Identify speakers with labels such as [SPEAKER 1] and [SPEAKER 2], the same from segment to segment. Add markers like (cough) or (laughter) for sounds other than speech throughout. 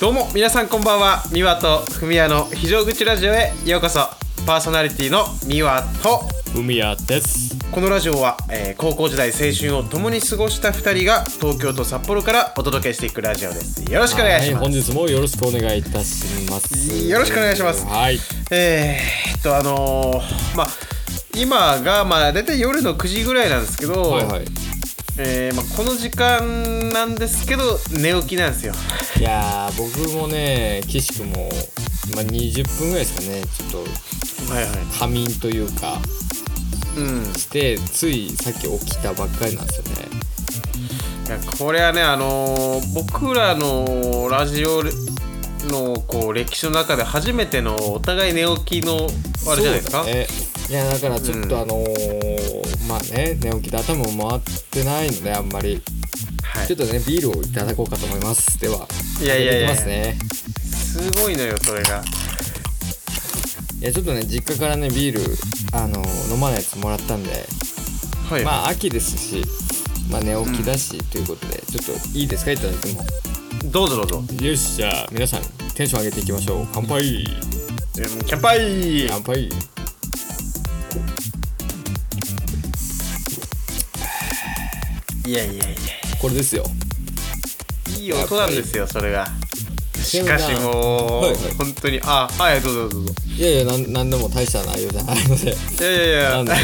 [SPEAKER 1] どうも皆さんこんばんはミワとフミヤの非常口ラジオへようこそパーソナリティのミワと
[SPEAKER 2] 海谷です
[SPEAKER 1] このラジオは、えー高校時代青春を共に過ごした2人が東京と札幌からお届けしていくラジオですよろしくお願いします、
[SPEAKER 2] はい、本日もよろしくお願いいたします
[SPEAKER 1] よろしくお願いします
[SPEAKER 2] はい
[SPEAKER 1] えー、っとあのーまあ今がまあ大体夜の9時ぐらいなんですけど、
[SPEAKER 2] はいはい
[SPEAKER 1] えーまあ、この時間なんですけど寝起きなんですよ
[SPEAKER 2] いやー僕もね岸君も今20分ぐらいですかねちょっ
[SPEAKER 1] はいはい
[SPEAKER 2] と仮眠というか
[SPEAKER 1] うん
[SPEAKER 2] してついさっき起きたばっかりなんですよね
[SPEAKER 1] いやこれはねあのー僕らのラジオのこう歴史の中で初めてのお互い寝起きのあれじゃないですか、
[SPEAKER 2] そうだねいやだからちょっ
[SPEAKER 1] うん
[SPEAKER 2] とあのーまあね寝起きで頭も回ってないのであんまり
[SPEAKER 1] は
[SPEAKER 2] ちょっとねビールをいただこうかと思いますではい
[SPEAKER 1] やいやいや
[SPEAKER 2] いただきますね
[SPEAKER 1] い、すごいのよそれが
[SPEAKER 2] いやちょっとね実家からねビールあのー飲まないやつもらったんで
[SPEAKER 1] はい、
[SPEAKER 2] (laughs) まあ秋ですし、まあ、寝起きだし、ということでちょっといいですかいただいても
[SPEAKER 1] どうぞどうぞ
[SPEAKER 2] よしじゃあ皆さんテンション上げていきましょう乾杯
[SPEAKER 1] えー乾杯
[SPEAKER 2] 乾杯
[SPEAKER 1] いやいやい
[SPEAKER 2] これですよ
[SPEAKER 1] やいい音なんですよそれがしかし
[SPEAKER 2] は
[SPEAKER 1] も
[SPEAKER 2] いうはい
[SPEAKER 1] 本当にあはいどうぞどうぞ
[SPEAKER 2] いやいやなんなんでも大した内容じゃないの (laughs) で
[SPEAKER 1] いやいや
[SPEAKER 2] ないん
[SPEAKER 1] や
[SPEAKER 2] だろ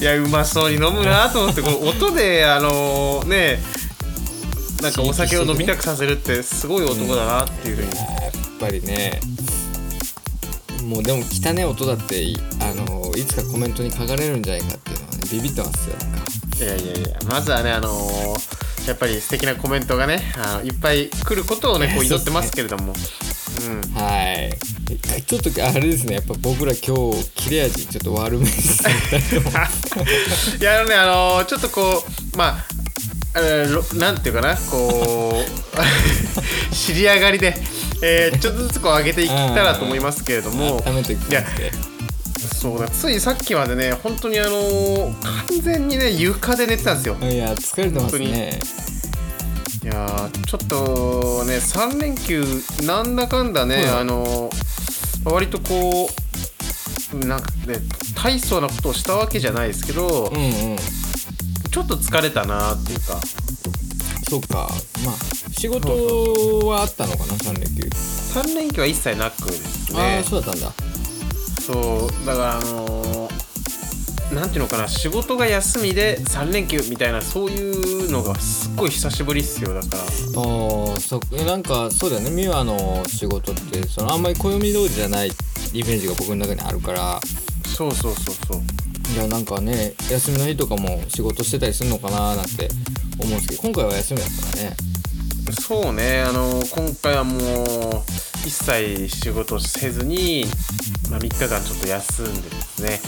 [SPEAKER 1] いやうまそうに飲むなと思ってこう音であのねなんかお酒を飲みたくさせるってすごい男だなっていうふうに、
[SPEAKER 2] あーやっぱりねもうでも汚い音だっていあのいつかコメントに書かれるんじゃないかっていうのはねビビってますよなんか
[SPEAKER 1] いやいやいやまずはねあのやっぱり素敵なコメントがねあのいっぱい来ることをねこう祈ってますけれども、うん
[SPEAKER 2] はいちょっとあれですねやっぱ僕ら今日切れ味ちょっと悪めですね (laughs)
[SPEAKER 1] いやあのねあのーちょっとこうまあえーろなんていうかなこう (laughs) 知り上がりで、えーちょっとずつこう上げていったらと思いますけれども
[SPEAKER 2] 温めていくん
[SPEAKER 1] いや
[SPEAKER 2] で
[SPEAKER 1] そうだついさっきまでね本当にあのー完全にね床で寝てたんですよ
[SPEAKER 2] いや疲れてますね
[SPEAKER 1] いやーちょっとね3連休なんだかんだね、
[SPEAKER 2] はい
[SPEAKER 1] あのー割とこうなんかね大層なことをしたわけじゃないですけど、
[SPEAKER 2] うんうん
[SPEAKER 1] ちょっと疲れたなっていうか
[SPEAKER 2] そうかまあ仕事はあったのかな3連休
[SPEAKER 1] 3連休は一切なくです
[SPEAKER 2] あ
[SPEAKER 1] ね
[SPEAKER 2] あそうだったんだ
[SPEAKER 1] そうだからあのーなんていうのかな仕事が休みで3連休みたいなそういうのがすっごい久しぶりっすよだから
[SPEAKER 2] ああそっかえなんかそうだよね美和の仕事ってそのあんまり暦通りじゃないイメージが僕の中にあるから
[SPEAKER 1] そうそうそうそう
[SPEAKER 2] いやなんかね休みの日とかも仕事してたりするのかななんて思うんですけど今回は休みだったからね
[SPEAKER 1] そうねあの今回はもう一切仕事せずに、まあ、3日間ちょっと休んでですね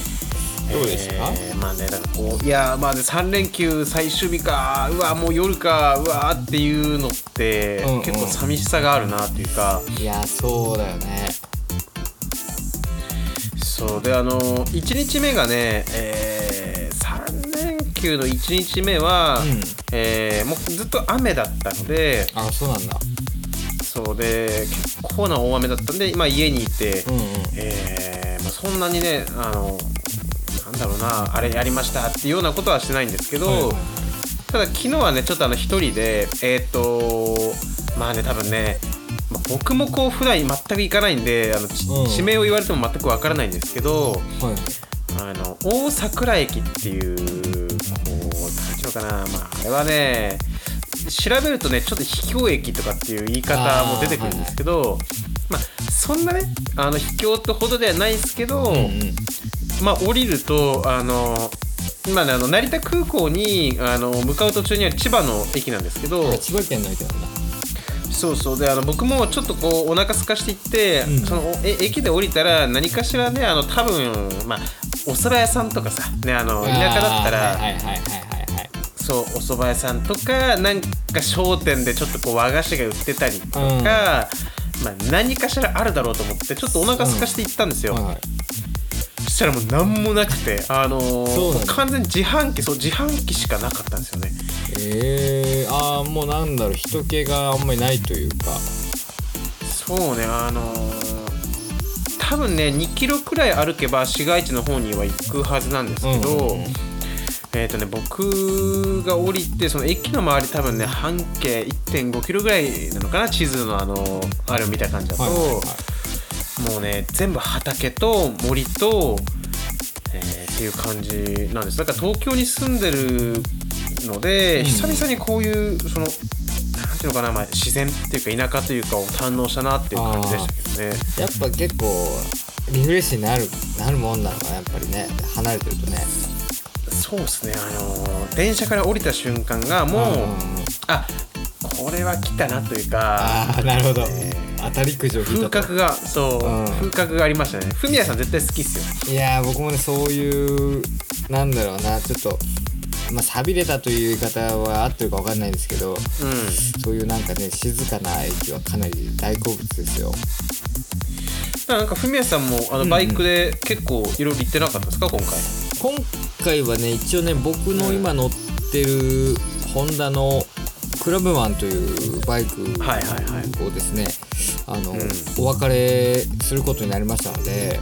[SPEAKER 2] どうでした
[SPEAKER 1] えーまあねだからこういやまあね3連休最終日かうわもう夜かうわーっていうのって、
[SPEAKER 2] うんうん
[SPEAKER 1] 結構寂しさがあるなっていうか
[SPEAKER 2] いやそうだよね
[SPEAKER 1] そうであの1日目がね、え3連休の1日目は、
[SPEAKER 2] うん
[SPEAKER 1] えーもうずっと雨だったので
[SPEAKER 2] あそうなんだ
[SPEAKER 1] そうで結構な大雨だったんで今家にいて、
[SPEAKER 2] うんうん
[SPEAKER 1] えーまあ、そんなにねあのなんだろうなあれやりましたっていうようなことはしてないんですけど、
[SPEAKER 2] はいはい
[SPEAKER 1] ただ昨日はねちょっとあの一人でえっ、とまあね多分ねまあ僕もこう普段全く行かないんであの、ち
[SPEAKER 2] うん
[SPEAKER 1] 地名を言われても全くわからないんですけど
[SPEAKER 2] はい
[SPEAKER 1] あの大桜駅っていうこう何ていうのかなまああれはね調べるとねちょっと秘境駅とかっていう言い方も出てくるんですけどまあそんなねあの秘境ってほどではないですけど、
[SPEAKER 2] うんうん
[SPEAKER 1] まあ降りるとあの今ねあの成田空港にあの向かう途中にある千葉の駅なんですけど
[SPEAKER 2] あ千葉県の駅なんだ
[SPEAKER 1] そうそうであの僕もちょっとこうお腹空かしていって、
[SPEAKER 2] うん
[SPEAKER 1] そのおえ駅で降りたら何かしらねあの多分まあお蕎麦屋さんとかさねあの田舎だったら、
[SPEAKER 2] あーはいはいはいはいはい
[SPEAKER 1] そうお蕎麦屋さんとかなんか商店でちょっとこう和菓子が売ってたりとか、
[SPEAKER 2] う
[SPEAKER 1] ま
[SPEAKER 2] ん
[SPEAKER 1] あ、何かしらあるだろうと思ってちょっとお腹空かして行ったんですよ、
[SPEAKER 2] はいはい
[SPEAKER 1] そしたらもう何もなくてあのー
[SPEAKER 2] そうなんだ
[SPEAKER 1] 完全に自販機そう自販機しかなかったんですよね
[SPEAKER 2] えー、ああもうなんだろう人気があんまりないというか
[SPEAKER 1] そうねあのー多分ね2キロくらい歩けば市街地の方には行くはずなんですけど、
[SPEAKER 2] うん
[SPEAKER 1] えーとね、僕が降りてその駅の周り多分ね半径1 5キロぐらいなのかな地図のあのあれを見た感じだと、
[SPEAKER 2] はいはいはい
[SPEAKER 1] もうね全部畑と森と、えーっていう感じなんですだから東京に住んでるので、
[SPEAKER 2] うん
[SPEAKER 1] 久々にこういうそのなんていうのかな、まあ、自然っていうか田舎というかを堪能したなっていう感じでしたけどね。
[SPEAKER 2] やっぱ結構リフレッシュになるなるもんなのかなやっぱりね離れてるとね
[SPEAKER 1] そうですね、あのー電車から降りた瞬間がもう、
[SPEAKER 2] んんん
[SPEAKER 1] あこれは来たなというか
[SPEAKER 2] ああなるほど、
[SPEAKER 1] えー
[SPEAKER 2] 当たりくじを聞
[SPEAKER 1] 風
[SPEAKER 2] いたと
[SPEAKER 1] 格がそう、
[SPEAKER 2] うん
[SPEAKER 1] 風格がありましたねフミヤさん絶対好きっすよ
[SPEAKER 2] いやー僕もねそういうなんだろうなちょっとまあ寂れたという言い方は合ってるか分かんないんですけ
[SPEAKER 1] う
[SPEAKER 2] ど
[SPEAKER 1] ん
[SPEAKER 2] そういうなんかね静かな駅はかなり大好物ですよ
[SPEAKER 1] なんかフミヤさんもあ
[SPEAKER 2] うんう
[SPEAKER 1] の
[SPEAKER 2] ん
[SPEAKER 1] バイクで結構いろいろ行ってなかったですか今回
[SPEAKER 2] 今回はね一応ね僕の今乗ってるホンダのクラブマンというバイク
[SPEAKER 1] はいはいは
[SPEAKER 2] をですねあの、
[SPEAKER 1] うん
[SPEAKER 2] お別れすることになりましたので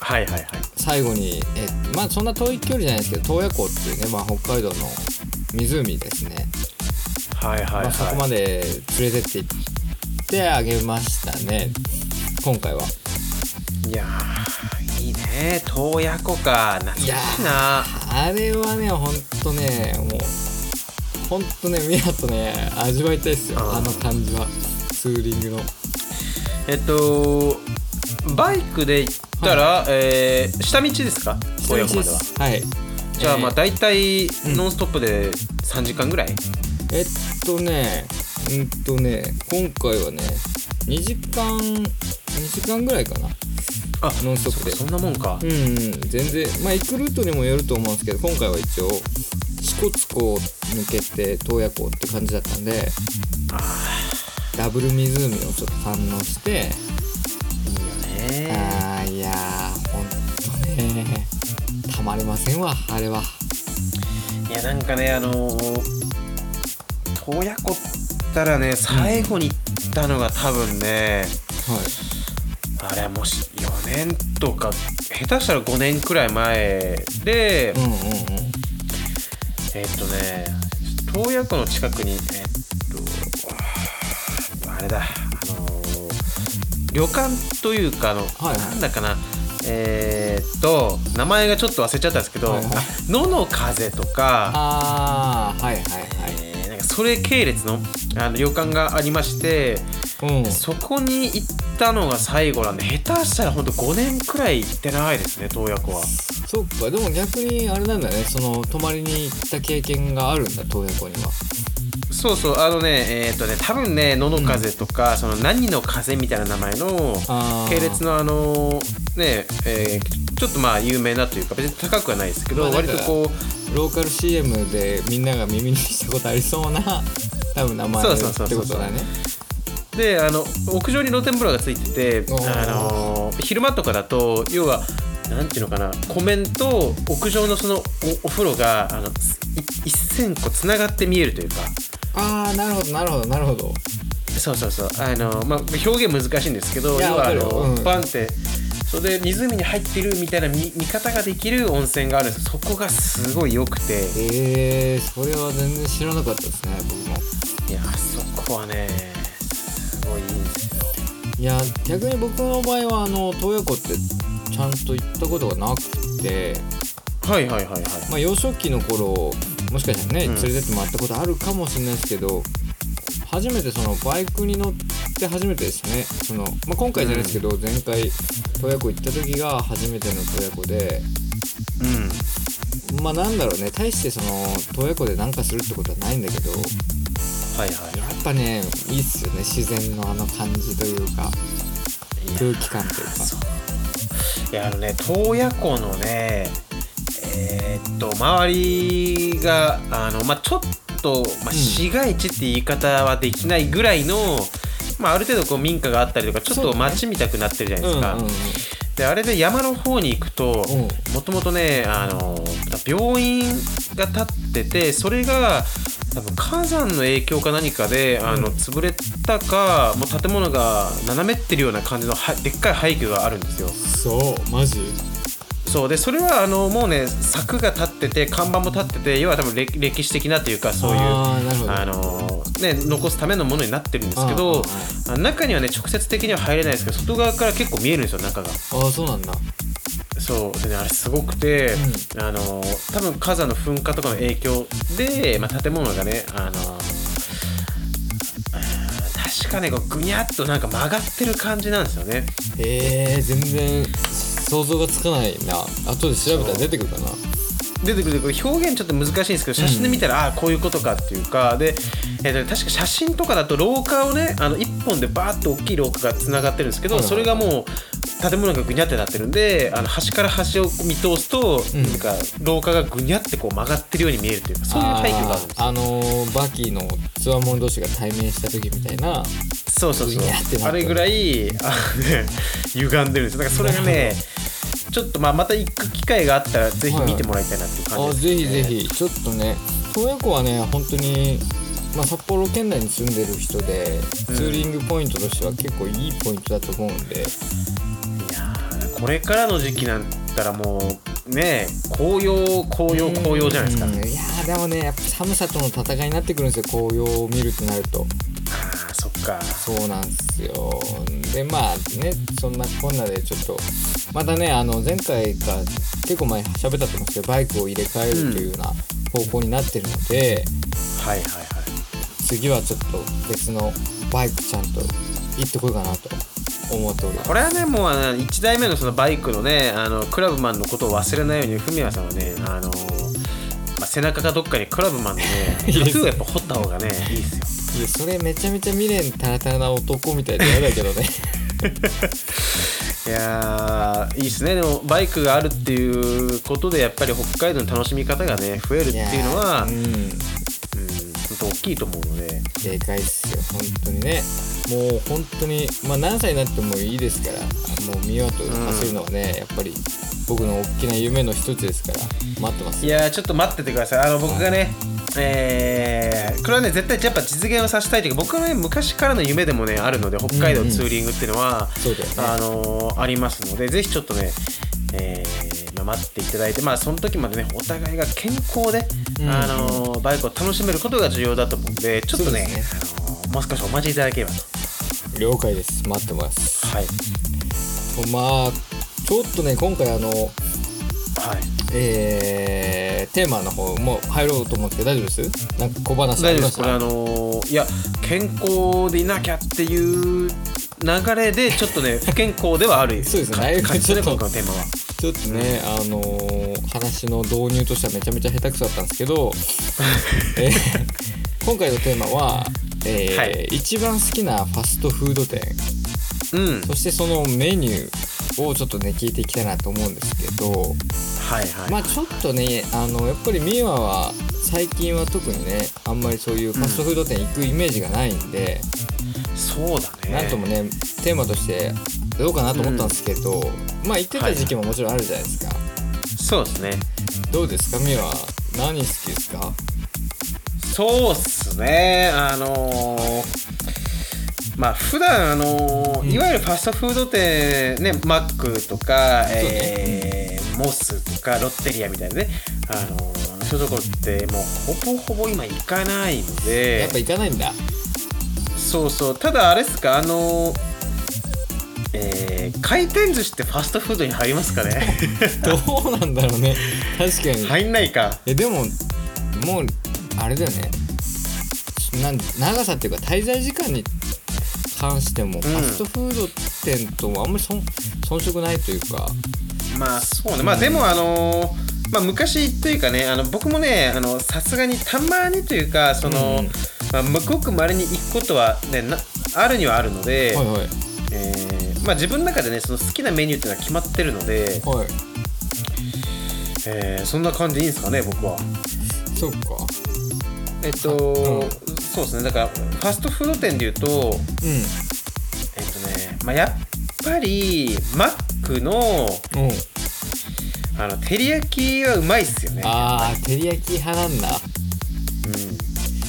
[SPEAKER 1] はいはいはい
[SPEAKER 2] 最後にえまあそんな遠い距離じゃないですけど洞爺湖っていうね、まあ、北海道の湖ですね、
[SPEAKER 1] はいはい
[SPEAKER 2] まあ、そこ
[SPEAKER 1] は
[SPEAKER 2] ま
[SPEAKER 1] い
[SPEAKER 2] で連れてって行ってあげましたね今回はい
[SPEAKER 1] やーいいね洞爺湖か懐かしいな
[SPEAKER 2] あれはねほんとねもうほんとねみんなとね味わいたいですよ
[SPEAKER 1] あー
[SPEAKER 2] あの感じはツーリングの
[SPEAKER 1] えっとバイクで行ったら、えー下道ですか洞爺湖までは
[SPEAKER 2] はい
[SPEAKER 1] じゃあまあ
[SPEAKER 2] えー
[SPEAKER 1] 大体
[SPEAKER 2] ん
[SPEAKER 1] ノンストップで3時間ぐらい、
[SPEAKER 2] えっとねうんとね今回はね2時間2時間ぐらいかな
[SPEAKER 1] あ
[SPEAKER 2] ノンストップで
[SPEAKER 1] そんなもんか、
[SPEAKER 2] うんうん全然まあ行くルートにもよると思うんですけど今回は一応支笏湖を抜けて洞爺湖って感じだったんで
[SPEAKER 1] ああ
[SPEAKER 2] ダブル湖をちょっと堪能して
[SPEAKER 1] いいよね
[SPEAKER 2] あーいやーほんとねたまりませんわあれはい
[SPEAKER 1] やなんかねあのー洞爺湖ったらね最後に行ったのが多分ね、
[SPEAKER 2] は
[SPEAKER 1] あれはもし4年とか下手したら5年くらい前で、
[SPEAKER 2] いうんうんうん
[SPEAKER 1] えっとね洞爺湖の近くにえっとあれだあのー旅館というかあの、
[SPEAKER 2] はい
[SPEAKER 1] なんだかなえーっと名前がちょっと忘れちゃったんですけど「
[SPEAKER 2] はいはい
[SPEAKER 1] あ野の風」とか、
[SPEAKER 2] あーはいはい
[SPEAKER 1] えーなんかそれ系列のあの旅館がありまして
[SPEAKER 2] はいうん
[SPEAKER 1] そこに行ったのが最後なんで下手したらほんと5年くらい行ってないですね洞爺湖は。
[SPEAKER 2] そっかでも逆にあれなんだねその泊まりに行った経験があるんだ洞爺湖には
[SPEAKER 1] そうそうあのねえーっとね多分ね「野の風」とか、その「何の風」みたいな名前の
[SPEAKER 2] あー
[SPEAKER 1] 系列のあのーねえーちょっとまあ有名なというか別に高くはないですけど、
[SPEAKER 2] まあなん
[SPEAKER 1] 割
[SPEAKER 2] か
[SPEAKER 1] とこ
[SPEAKER 2] ローカル CM でみんなが耳にしたことありそうな (laughs) 多分名前
[SPEAKER 1] そう
[SPEAKER 2] って
[SPEAKER 1] そうそうそう
[SPEAKER 2] ことだね
[SPEAKER 1] うであの屋上に露天風呂がついてて
[SPEAKER 2] おー
[SPEAKER 1] あのー昼間とかだと要はなんていうのかな湖面と屋上のそのおお風呂があのい一線こうつながって見えるというか
[SPEAKER 2] ああなるほどなるほどなるほど
[SPEAKER 1] そうそうそうあのー、まあ、表現難しいんですけど
[SPEAKER 2] いや
[SPEAKER 1] 要はあ
[SPEAKER 2] わかるよ
[SPEAKER 1] の、
[SPEAKER 2] うん
[SPEAKER 1] バンってそれで湖に入ってるみたいな見見方ができる温泉があるんですそこがすごい良くて。
[SPEAKER 2] えー、それは全然知らなかったですね僕も
[SPEAKER 1] いやあそこはねすごいいいんですよ
[SPEAKER 2] いや逆に僕の場合はあの洞爺湖ってちゃんと行ったことがなくて、
[SPEAKER 1] はいはいはいはい
[SPEAKER 2] まあ、幼少期の頃もしかしたらね
[SPEAKER 1] うん
[SPEAKER 2] 連れてってもらったことあるかもしれないですけど、初めてそのバイクに乗って初めてですねその、まあ、今回じゃないですけど、前回洞爺湖行った時が初めての洞爺湖で
[SPEAKER 1] うん
[SPEAKER 2] まあなんだろうね大してその洞爺湖で何かするってことはないんだけど
[SPEAKER 1] はいはい
[SPEAKER 2] やっぱねいいっすよね自然のあの感じというか空気感というか。
[SPEAKER 1] いやあのね洞爺湖のねえーっと周りがあの、まあ、ちょっと、まあ、市街地って言い方はできないぐらいの、まあ、ある程度こう民家があったりとかちょっ
[SPEAKER 2] そう
[SPEAKER 1] と
[SPEAKER 2] だね
[SPEAKER 1] 街みたくなってるじゃないですか、
[SPEAKER 2] うんうんうん
[SPEAKER 1] であれで山の方に行くと
[SPEAKER 2] うん
[SPEAKER 1] もともとねあの病院が立っててそれが多分火山の影響か何かで、あの潰れたかもう建物が斜めってるような感じのはでっかい廃墟があるんですよ。
[SPEAKER 2] そうマジ
[SPEAKER 1] そうでそれはあのもうね柵が立ってて看板も立ってて要は多分歴歴史的なというかそういう
[SPEAKER 2] あーなるほど
[SPEAKER 1] あのね、残すためのものになってるんですけ
[SPEAKER 2] うんうん
[SPEAKER 1] ど中にはね直接的には入れないですけど外側から結構見えるんですよ中が。
[SPEAKER 2] ああそうなんだ
[SPEAKER 1] そうでねあれすごくて、あの多分火山の噴火とかの影響で、まあ、建物がねあのうん確かねこうぐにゃっとなんか曲がってる感じなんですよね。
[SPEAKER 2] えー、全然想像がつかないな後で調べたら出てくるかな
[SPEAKER 1] 出てくるこれ表現ちょっと難しいんですけど写真で見たら、ああこういうことかっていうかで、えーと確か写真とかだと廊下をねあの1本でバーッと大きい廊下がつながってるんですけど、
[SPEAKER 2] はいはい
[SPEAKER 1] それがもう建物がぐにゃってなってるんであの端から端を見通すと、
[SPEAKER 2] うん
[SPEAKER 1] なんか廊下がぐにゃってこう曲がってるように見えるというかそういう背景があるんですよ
[SPEAKER 2] あーあのー、バキのツアーモン同士が対面した時みたいな
[SPEAKER 1] そうそうそ
[SPEAKER 2] ぐにゃってなってる
[SPEAKER 1] うあれぐらいあのね (laughs) 歪んでるんですよだからそれがねちょっとまあまた行く機会があったらぜひ見てもらいたいなっていう感
[SPEAKER 2] あ
[SPEAKER 1] じ
[SPEAKER 2] ぜひ
[SPEAKER 1] ですね
[SPEAKER 2] ぜひちょっとね洞爺湖はね本当にまあ、札幌県内に住んでる人でツ
[SPEAKER 1] うん
[SPEAKER 2] ーリングポイントとしては結構いいポイントだと思うんで、
[SPEAKER 1] いやーこれからの時期なんたらもうね紅葉紅葉紅葉じゃないですか、
[SPEAKER 2] うん
[SPEAKER 1] あ
[SPEAKER 2] いやーでもねやっぱ寒さとの戦いになってくるんですよ紅葉を見るとなると
[SPEAKER 1] ーそっか
[SPEAKER 2] そうなんですよでまあねそんなこんなでちょっとまたねあの前回か結構前喋ったと思うんですけどバイクを入れ替えるというような方向になってるので、
[SPEAKER 1] はいはいはい
[SPEAKER 2] 次はちょっと別のバイクちゃんと行ってこようかなと思っております
[SPEAKER 1] これはねもうあの1台目のそのバイクのねあのクラブマンのことを忘れないようにフミヤさんはねあのまあ背中かどっかにクラブマンのねタト
[SPEAKER 2] (laughs) いい
[SPEAKER 1] ゥ
[SPEAKER 2] です
[SPEAKER 1] ーをやっぱ掘った方がねいいですよ
[SPEAKER 2] いやそれめちゃめちゃ未練たらたらな男みたいで嫌だけど (laughs) ね
[SPEAKER 1] いやーいいっすねでもバイクがあるっていうことでやっぱり北海道の楽しみ方がね増えるっていうのは
[SPEAKER 2] や
[SPEAKER 1] うん
[SPEAKER 2] ーうん
[SPEAKER 1] 本当大きいと思うので
[SPEAKER 2] でかいっすよ本当にねもう本当にまあ何歳になってもいいですからもう見ようと走るのはね、やっぱり僕の大きな夢の一つですから待ってます
[SPEAKER 1] い
[SPEAKER 2] よ
[SPEAKER 1] やーちょっと待っててくださいあの僕がねえーこれはね絶対やっぱ実現をさせたいというか僕のね昔からの夢でもねあるので北海道ツーリングっていうのは、
[SPEAKER 2] そうだよね
[SPEAKER 1] あのーありますのでぜひちょっとね、えーまあ待っていただいてまあその時までねお互いが健康で、
[SPEAKER 2] うん
[SPEAKER 1] あのーバイクを楽しめることが重要だと思うんでちょっとね
[SPEAKER 2] そうです
[SPEAKER 1] あのーもう少しお待ちいただければと
[SPEAKER 2] 了解です待ってます
[SPEAKER 1] はい
[SPEAKER 2] まあちょっとね今回あの
[SPEAKER 1] はい
[SPEAKER 2] えー、テーマの方も入ろうと思って大丈夫ですなんか小話あ
[SPEAKER 1] 大丈夫
[SPEAKER 2] りま
[SPEAKER 1] で
[SPEAKER 2] し
[SPEAKER 1] すこれあ
[SPEAKER 2] た
[SPEAKER 1] のーいや健康でいなきゃっていう流れでちょっと
[SPEAKER 2] (laughs)
[SPEAKER 1] ね不健康ではある
[SPEAKER 2] そうですね
[SPEAKER 1] か感じです
[SPEAKER 2] ちょ
[SPEAKER 1] ね
[SPEAKER 2] っ
[SPEAKER 1] 今
[SPEAKER 2] と
[SPEAKER 1] 回のテーマは
[SPEAKER 2] ちょっとねあのー話の導入としてはめちゃめちゃ下手くそだったんです
[SPEAKER 1] (laughs)
[SPEAKER 2] けど、えー今回のテーマは、えー
[SPEAKER 1] はい
[SPEAKER 2] 一番好きなファストフード店
[SPEAKER 1] うん
[SPEAKER 2] そしてそのメニューをちょっとね聞いていきたいなと思うんですけど
[SPEAKER 1] はいはい、
[SPEAKER 2] まあちょっとねあのやっぱりミーワは最近は特にねあんまりそういうファストフード店行くイメージがないんで、
[SPEAKER 1] そうだね
[SPEAKER 2] なんともねテーマとしてどうかなと思ったんですけど、まあ行ってた時期ももちろんあるじゃないですか、
[SPEAKER 1] そうですね
[SPEAKER 2] どうですかミーワ何好きですか
[SPEAKER 1] そうっすねあのーまあ普段あのー
[SPEAKER 2] うん
[SPEAKER 1] いわゆるファストフード店ねマックとか、
[SPEAKER 2] う
[SPEAKER 1] えーモスとかロッテリアみたいなねあのーそういうところってもうほぼほぼ今行かないので
[SPEAKER 2] やっぱ行かない
[SPEAKER 1] (laughs)
[SPEAKER 2] んだ。
[SPEAKER 1] そうそうただあれっすかあのーえー回転寿司ってファストフードに入りますかね
[SPEAKER 2] どうなんだろうね。確かに。
[SPEAKER 1] 入んないか
[SPEAKER 2] えでももうあれだよね。なん長さっていうか滞在時間に関しても、ファストフード店とあんまりそん遜色ないというか。
[SPEAKER 1] まあそうねまあでもあのーまあ昔というかねあの僕もねあのさすがにたまにというかその、
[SPEAKER 2] うん
[SPEAKER 1] まあ、ごくまれに行くことは、ね、なあるにはあるので、
[SPEAKER 2] はいはい
[SPEAKER 1] えーまあ、自分の中でねその好きなメニューっていうのは決まってるので、
[SPEAKER 2] はい。
[SPEAKER 1] えーそんな感じでいいんですかね僕は。
[SPEAKER 2] そうか。
[SPEAKER 1] えっと、そうですねだからファストフード店でいうと
[SPEAKER 2] う
[SPEAKER 1] えっとね、まあ、やっぱりマックの
[SPEAKER 2] ん。うん。
[SPEAKER 1] あの照り焼きはうまいっすよね
[SPEAKER 2] ああ照り焼き派なんだ
[SPEAKER 1] うん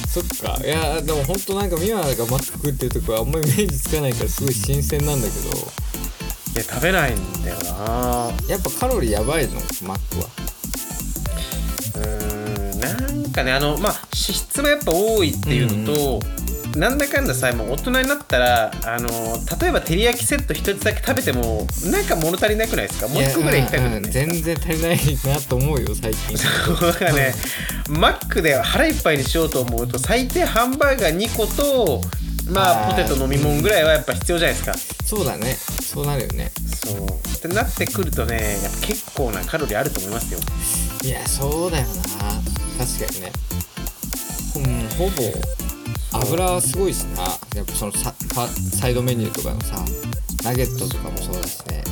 [SPEAKER 2] そっかいやでもほんとなんか美和がマック食ってるとこはあんまイメージつかないからすごい新鮮なんだけど
[SPEAKER 1] いや食べないんだよなう
[SPEAKER 2] やっぱカロリーやばいのマックは
[SPEAKER 1] ーんなんかねあのまあ脂質もやっぱ多いっていうのと、なんだかんださもう大人になったらあの例えば照り焼きセット一つだけ食べてもなんか物足りなくないですかもう一個ぐらい行きたく
[SPEAKER 2] や
[SPEAKER 1] な
[SPEAKER 2] う
[SPEAKER 1] い
[SPEAKER 2] んうん
[SPEAKER 1] (laughs)
[SPEAKER 2] 全然足りないなと思うよ最近
[SPEAKER 1] だからねマックで腹いっぱいにしようと思うと最低ハンバーガー2個とまあ
[SPEAKER 2] あ
[SPEAKER 1] ポ
[SPEAKER 2] ー
[SPEAKER 1] テト飲み物ぐらいはやっぱ必要じゃないですか
[SPEAKER 2] そうだねそうなるよね
[SPEAKER 1] そうってなってくるとねやっぱ結構なカロリーあると思いますよ
[SPEAKER 2] いやそうだよな確かにねうんほぼ油はすごいしなやっぱそのさパサイドメニューとかのさナゲットとかもそうだしね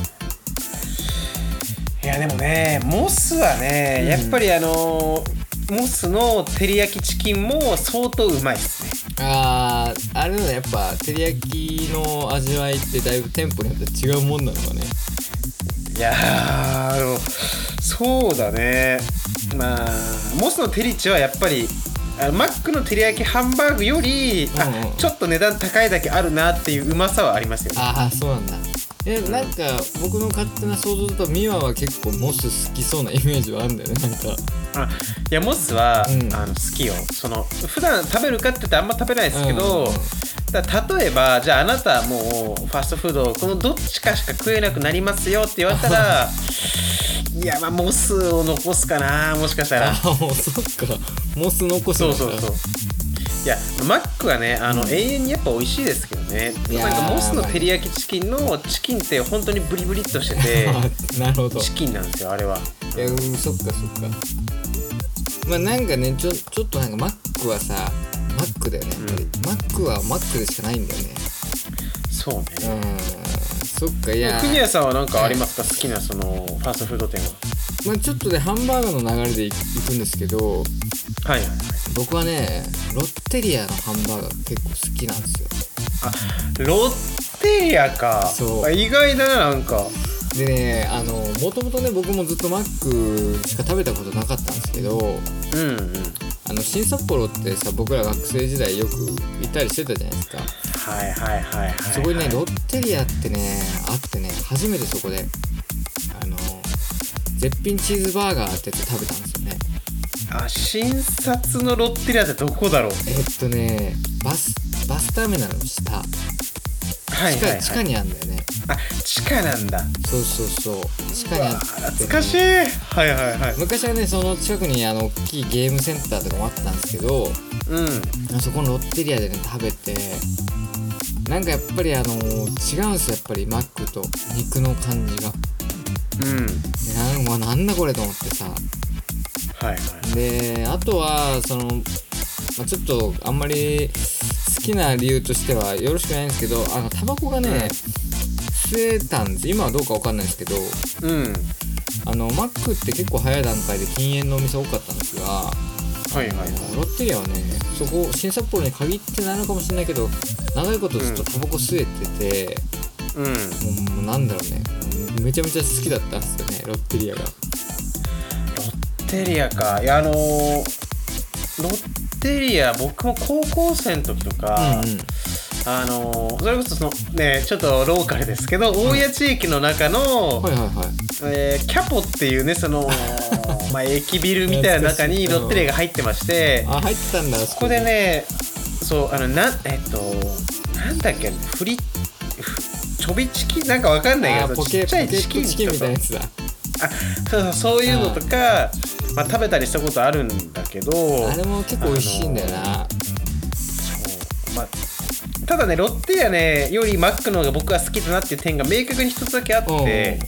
[SPEAKER 1] いやでもねモスはね、
[SPEAKER 2] うん
[SPEAKER 1] やっぱりあのモスの照り焼きチキンも相当うまいっすね
[SPEAKER 2] あーあれのやっぱ照り焼きの味わいってだいぶ店舗によって違うもんなのかね
[SPEAKER 1] いやーあのそうだねまあモスのテリチはやっぱりあのマックの照り焼きハンバーグより、
[SPEAKER 2] うんうん
[SPEAKER 1] あちょっと値段高いだけあるなっていううまさはありますよね
[SPEAKER 2] ああそうなんだえなんか僕の勝手な想像だとミワは結構モス好きそうなイメージはあるんだよねなんか
[SPEAKER 1] あいやモスは、
[SPEAKER 2] うん
[SPEAKER 1] あの好きよその普段食べるかって言ってあんま食べないですけ
[SPEAKER 2] うんうん
[SPEAKER 1] ど、
[SPEAKER 2] うん
[SPEAKER 1] だから例えばじゃああなたはもうファストフードこのどっちかしか食えなくなりますよって言われた
[SPEAKER 2] (laughs)
[SPEAKER 1] らいやまあモスを残すかなもしかしたら
[SPEAKER 2] ああもうそっかモス残す
[SPEAKER 1] そ
[SPEAKER 2] の
[SPEAKER 1] う
[SPEAKER 2] か
[SPEAKER 1] そうそういやマックはねあの、永遠にやっぱ美味しいですけどね
[SPEAKER 2] いや
[SPEAKER 1] な
[SPEAKER 2] ー
[SPEAKER 1] んかモスの照り焼きチキンのチキンって本当にブリブリっとしてて
[SPEAKER 2] あ (laughs) なるほど
[SPEAKER 1] チキンなんですよあれはい
[SPEAKER 2] やうんそっかそっかまあなんかねちょちょっとなんかマックはさマックだよねやっぱり、
[SPEAKER 1] うん
[SPEAKER 2] マックはマックでしかないんだよね
[SPEAKER 1] そうね
[SPEAKER 2] うんそっかいや
[SPEAKER 1] 国谷さんは何かありますか好きなそのファーストフード店は
[SPEAKER 2] まあ、ちょっとねハンバーガーの流れでい行くんですけど
[SPEAKER 1] はい
[SPEAKER 2] 僕はねロッテリアのハンバーガー結構好きなんですよ
[SPEAKER 1] あロッテリアか
[SPEAKER 2] そう
[SPEAKER 1] あ意外だななんか
[SPEAKER 2] でねあのもともとね僕もずっとマックしか食べたことなかったんですけど
[SPEAKER 1] うんうん
[SPEAKER 2] あの新札幌ってさ僕ら学生時代よく行ったりしてたじゃないですか
[SPEAKER 1] はいはいはいはい
[SPEAKER 2] そこにねロッテリアってねあってね初めてそこであの絶品チーズバーガーってやつ食べたんですよね
[SPEAKER 1] あ新札のロッテリアってどこだろう
[SPEAKER 2] えっとねバスバスターミナルの下
[SPEAKER 1] はい
[SPEAKER 2] 地
[SPEAKER 1] はい、
[SPEAKER 2] 下
[SPEAKER 1] はい、
[SPEAKER 2] 地下にあるんだよね
[SPEAKER 1] あ地下なんだ
[SPEAKER 2] そうそうそう地下にあってね、
[SPEAKER 1] 懐かしいはいはいはい
[SPEAKER 2] 昔はねその近くにあの大きいゲームセンターとかもあったんですけど
[SPEAKER 1] うん
[SPEAKER 2] そこのロッテリアでね食べてなんかやっぱりあの違うんですよやっぱりマックと肉の感じが
[SPEAKER 1] うん
[SPEAKER 2] でなんうわなんだこれと思ってさ
[SPEAKER 1] はいはい
[SPEAKER 2] であとはその、まあ、ちょっとあんまり好きな理由としてはよろしくないんですけどあのタバコがね、
[SPEAKER 1] うん
[SPEAKER 2] 吸えたんです今はどうかわかんないですけど
[SPEAKER 1] うん
[SPEAKER 2] あのマックって結構早い段階で禁煙のお店多かったんですが
[SPEAKER 1] はいはいはい
[SPEAKER 2] ロッテリアはねそこ新札幌に限ってないのかもしれないけど長いことずっとタバコ吸えてて、
[SPEAKER 1] うん
[SPEAKER 2] もうもうなんだろうねめちゃめちゃ好きだったんですよねロッテリアが
[SPEAKER 1] ロッテリアかいやあのー、ロッテリア僕も高校生の時とか、
[SPEAKER 2] うんうん
[SPEAKER 1] あのー、それこそそのねちょっとローカルですけど大谷地域の中の、
[SPEAKER 2] はいはいはい
[SPEAKER 1] えーキャポっていうねそ
[SPEAKER 2] (laughs)
[SPEAKER 1] のまあ駅ビルみたいな中にロッテリアが入ってまして
[SPEAKER 2] あ入ってたんだそ
[SPEAKER 1] ここでねそうあのなえっとなんだっけフリフちょびチキンなんかわかんない
[SPEAKER 2] あ
[SPEAKER 1] けど
[SPEAKER 2] ポ
[SPEAKER 1] ち
[SPEAKER 2] ケ
[SPEAKER 1] っちゃい
[SPEAKER 2] ポケ
[SPEAKER 1] チ
[SPEAKER 2] ッ
[SPEAKER 1] キン
[SPEAKER 2] トチキン
[SPEAKER 1] と
[SPEAKER 2] みた
[SPEAKER 1] か
[SPEAKER 2] いなやつだ
[SPEAKER 1] あそうそうそういうのとか、まあ、食べたりしたことあるんだけど
[SPEAKER 2] あれも結構美味しいんだよな
[SPEAKER 1] そうまあただねロッテリアねよりマックの方が僕は好きだなっていう点が明確に一つだけあっ
[SPEAKER 2] うん
[SPEAKER 1] て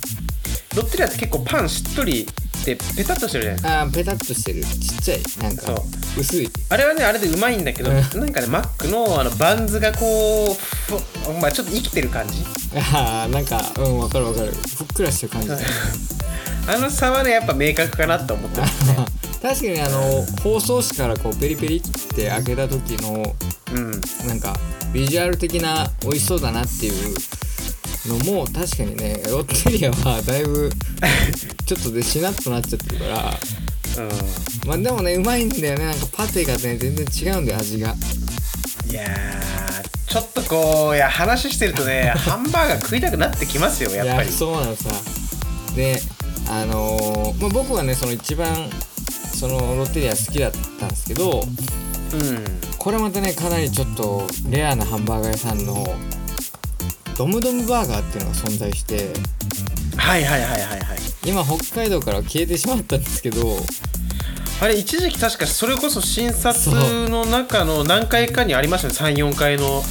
[SPEAKER 1] ロッテリアって結構パンしっとりでペタッとしてるじゃないですか
[SPEAKER 2] あーペタッとしてるちっちゃいなんか
[SPEAKER 1] そう
[SPEAKER 2] 薄い
[SPEAKER 1] あれはねあれでうまいんだけど
[SPEAKER 2] うん
[SPEAKER 1] なんかねマックのあのバンズがこうふわまあちょっと生きてる感じ
[SPEAKER 2] あーなんかうんわかるわかるふっくらしてる感じだね
[SPEAKER 1] あの差はねやっぱ明確かなと思ってますね
[SPEAKER 2] (laughs) 確かにあの包装紙からこうペリペリって開けた時の
[SPEAKER 1] うん
[SPEAKER 2] なんかビジュアル的な美味しそうだなっていうのも確かにねロッテリアはだいぶちょっとでしなっとなっちゃってるから
[SPEAKER 1] う
[SPEAKER 2] まあでもねうまいんだよねなんかパテがね全然違うんだよ味が
[SPEAKER 1] んいやーちょっとこういや話してると
[SPEAKER 2] (laughs)
[SPEAKER 1] ねハンバーガー食いたくなってきますよやっぱ
[SPEAKER 2] い
[SPEAKER 1] り
[SPEAKER 2] やそうなのさであのーまあ、僕はねその一番そのロッテリア好きだったんですけど
[SPEAKER 1] うん
[SPEAKER 2] これまたねかなりちょっとレアなハンバーガー屋さんのドムドムバーガーっていうのが存在して
[SPEAKER 1] はいはいはいはいはい
[SPEAKER 2] 今北海道からは消えてしまったんですけど
[SPEAKER 1] あれ一時期確かそれこそ診察
[SPEAKER 2] そう
[SPEAKER 1] の中の何回かにありましたね34階の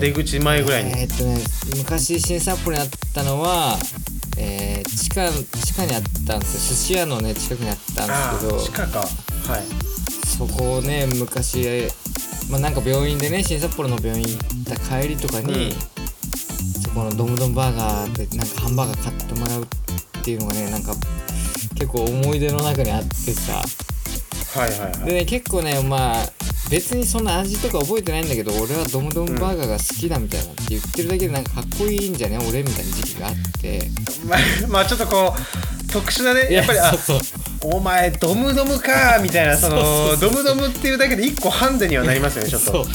[SPEAKER 1] 出口前ぐらいに、
[SPEAKER 2] えーっとね昔新札幌にあったのは、えー地下地下にあったんですよ寿司屋のね近くにあったん
[SPEAKER 1] あ
[SPEAKER 2] ですけ
[SPEAKER 1] あ
[SPEAKER 2] ど
[SPEAKER 1] 地下かはい
[SPEAKER 2] そこをね昔、まあ、なんか病院でね新札幌の病院行った帰りとかに、
[SPEAKER 1] うん
[SPEAKER 2] そこのドムドムバーガーでなんかハンバーガー買ってもらうっていうのがねなんか結構思い出の中にあってさ
[SPEAKER 1] はいはいはい
[SPEAKER 2] でね結構ねまあ別にそんな味とか覚えてないんだけど俺はドムドムバーガーが好きだみたいなって言ってるだけでなんかかっこいいんじゃね俺みたいな時期があって
[SPEAKER 1] (laughs) まあまあちょっとこう特殊なねやっぱり
[SPEAKER 2] い
[SPEAKER 1] あ
[SPEAKER 2] (laughs) そうそう
[SPEAKER 1] お前ドムドムかーみたいなその
[SPEAKER 2] そうそうそう
[SPEAKER 1] ドムドムっていうだけで一個ハンデにはなりますよねちょっと
[SPEAKER 2] そう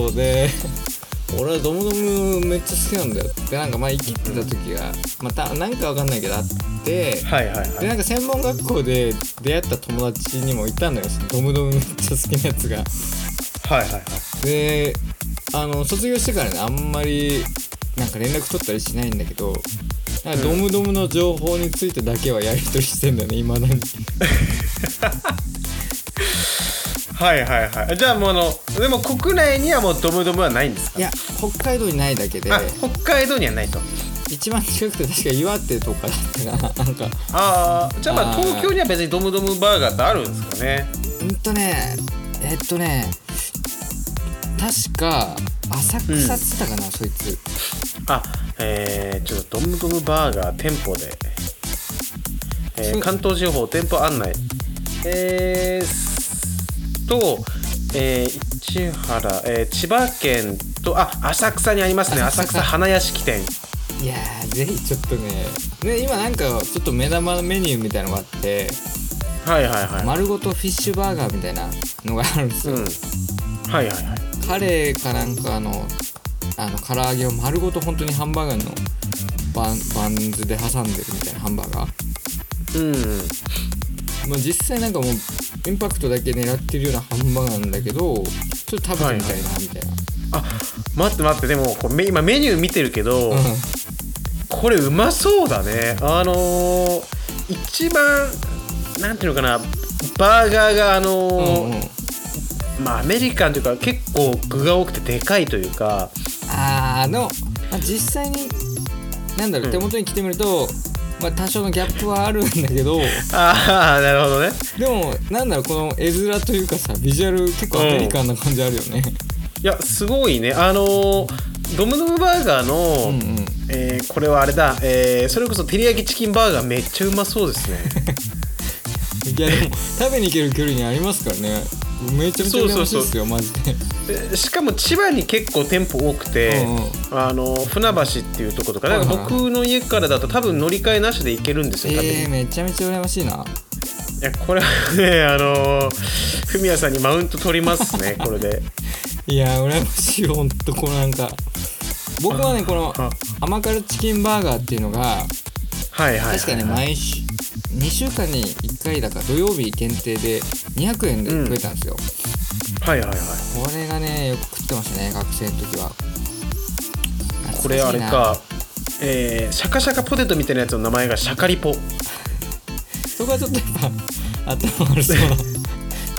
[SPEAKER 2] そうで俺はドムドムめっちゃ好きなんだよってなんかまあ生きてた時がまたなんかわかんないけどあって
[SPEAKER 1] はいはいは
[SPEAKER 2] で
[SPEAKER 1] い
[SPEAKER 2] なんか専門学校で出会った友達にもいたのよそのドムドムめっちゃ好きなやつが
[SPEAKER 1] はいはいはい
[SPEAKER 2] であの卒業してからねあんまりなんか連絡取ったりしないんだけどなんかドムドムの情報についてだけはやり取りしてんだよねいまだに
[SPEAKER 1] はいはいはいじゃあもうあのでも国内にはもうドムドムはないんですか
[SPEAKER 2] いや北海道にないだけで
[SPEAKER 1] あ北海道にはないと
[SPEAKER 2] 一番近くて確か岩手とかだったかななんか
[SPEAKER 1] ああじゃあまあ
[SPEAKER 2] あー
[SPEAKER 1] 東京には別にドムドムバーガーってあるんですかね
[SPEAKER 2] うんとねえっとね確か浅草っつったかな、そいつ
[SPEAKER 1] あえー、ちょっとドムドムバーガー店舗で、えー
[SPEAKER 2] そう
[SPEAKER 1] 関東地方店舗案内えーす、と、えー市原、えー千葉県とあ浅草にありますね
[SPEAKER 2] 浅
[SPEAKER 1] 浅
[SPEAKER 2] 草
[SPEAKER 1] 草花屋敷店
[SPEAKER 2] いやーぜひちょっとねね今なんかちょっと目玉メニューみたいのがあって
[SPEAKER 1] はいはいはい、
[SPEAKER 2] 丸ごとフィッシュバーガーみたいなのがあるんです
[SPEAKER 1] う
[SPEAKER 2] よ、
[SPEAKER 1] んはいはいはい
[SPEAKER 2] カレーかなんかのあの唐揚げを丸ごと本当にハンバーガーのバンバンズで挟んでるみたいなハンバーガー
[SPEAKER 1] うん
[SPEAKER 2] もう実際なんかもうインパクトだけ狙ってるようなハンバーガーなんだけどちょっと食べてみたいなみたいな、
[SPEAKER 1] あ待って待ってでもこうめ今メニュー見てるけど、
[SPEAKER 2] うん
[SPEAKER 1] これうまそうだねあのー、一番なんていうのかなバーガーがあのー
[SPEAKER 2] うんうん、
[SPEAKER 1] まあアメリカンというか結構具が多くてでかいというか
[SPEAKER 2] あーの、まあ、実際になんだろう、
[SPEAKER 1] うん
[SPEAKER 2] 手元に来てみると、まあ、多少のギャップはあるんだけど
[SPEAKER 1] ああ (laughs) なるほどね
[SPEAKER 2] でもなんだろうこの絵面というかさビジュアル結構アメリカンな感じあるよね。
[SPEAKER 1] いやすごいねあのードムドムバーガーの、
[SPEAKER 2] うんうん
[SPEAKER 1] えーこれはあれだ、えーそれこそ照り焼きチキンバーガーめっちゃうまそうです
[SPEAKER 2] (laughs)
[SPEAKER 1] ね
[SPEAKER 2] いやでも食べに行ける距離にありますからねめちゃめちゃ羨ましいですよマジで。
[SPEAKER 1] でしかも千葉に結構店舗多くて、
[SPEAKER 2] うんうん
[SPEAKER 1] あのー船橋っていうとことかなんか僕の家からだと多分乗り換えなしで行けるんですよ、勝手に
[SPEAKER 2] えー、めちゃめちゃ羨ましいな。
[SPEAKER 1] いやこれはね (laughs) あのーフミヤさんにマウント取ります
[SPEAKER 2] (laughs)
[SPEAKER 1] ねこれで
[SPEAKER 2] いや羨ましいよほんとこうなんか僕はねこの
[SPEAKER 1] あ
[SPEAKER 2] 甘辛チキンバーガーっていうのが
[SPEAKER 1] はいはいはい、
[SPEAKER 2] 確かね毎週2週間に1回だから土曜日限定で200円で食えたんですよ、
[SPEAKER 1] はいはいはい
[SPEAKER 2] これがねよく食ってましたね学生の時は
[SPEAKER 1] これあれ
[SPEAKER 2] 懐しいな
[SPEAKER 1] かえーシャカシャカポテトみたいなやつの名前がシャカリポ
[SPEAKER 2] そこはちょっとやっぱ頭
[SPEAKER 1] (laughs)
[SPEAKER 2] 悪そうな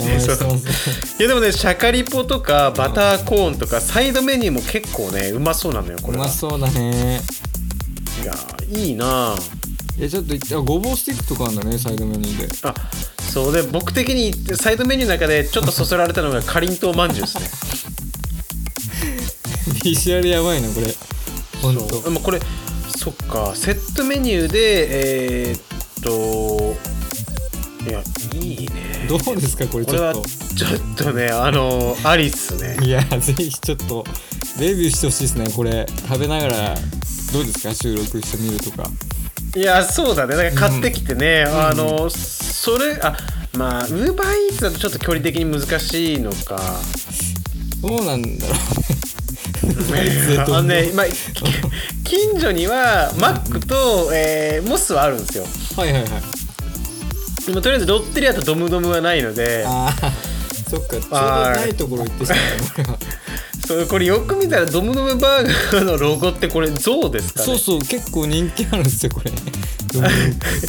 [SPEAKER 2] 名前をしてますね
[SPEAKER 1] いやでもねシャカリポとかバターコーンとかサイドメニューも結構ねうまそうなのよこ
[SPEAKER 2] う
[SPEAKER 1] れは
[SPEAKER 2] まそうだね
[SPEAKER 1] いやいいなあ
[SPEAKER 2] いやちょっといってあごぼうスティックとかあるんだねサイドメニューで (laughs)
[SPEAKER 1] あそうで僕的にサイドメニューの中でちょっとそそられたのがかりんとうまんじゅうですね
[SPEAKER 2] ビジュアルやばいなこれほん
[SPEAKER 1] そうで
[SPEAKER 2] と
[SPEAKER 1] もこれそっかセットメニューでえーっといやいいね
[SPEAKER 2] どうですかこれ
[SPEAKER 1] こ
[SPEAKER 2] ち
[SPEAKER 1] れ
[SPEAKER 2] ょっ
[SPEAKER 1] は
[SPEAKER 2] と
[SPEAKER 1] ちょっとねあのありっすね
[SPEAKER 2] いやぜひちょっとレビューしてほしいですねこれ食べながらどうですか収録してみるとか
[SPEAKER 1] いやそうだねだから買ってきてね、あのそれあまあウーバーイーツだとちょっと距離的に難しいのか
[SPEAKER 2] どうなんだろ
[SPEAKER 1] (laughs) あのね、まあ、き近所にはマックと、えーモスはあるんですよ
[SPEAKER 2] うはいはいはい
[SPEAKER 1] でもとりあえずロッテリアとドムドムはないので
[SPEAKER 2] あーそっかちょうどないところ行ってしまったな俺は
[SPEAKER 1] そうこれよく見たらドムドムバーガーのロゴってこれ象ですかね
[SPEAKER 2] そうそう結構人気あるんですよこれどうも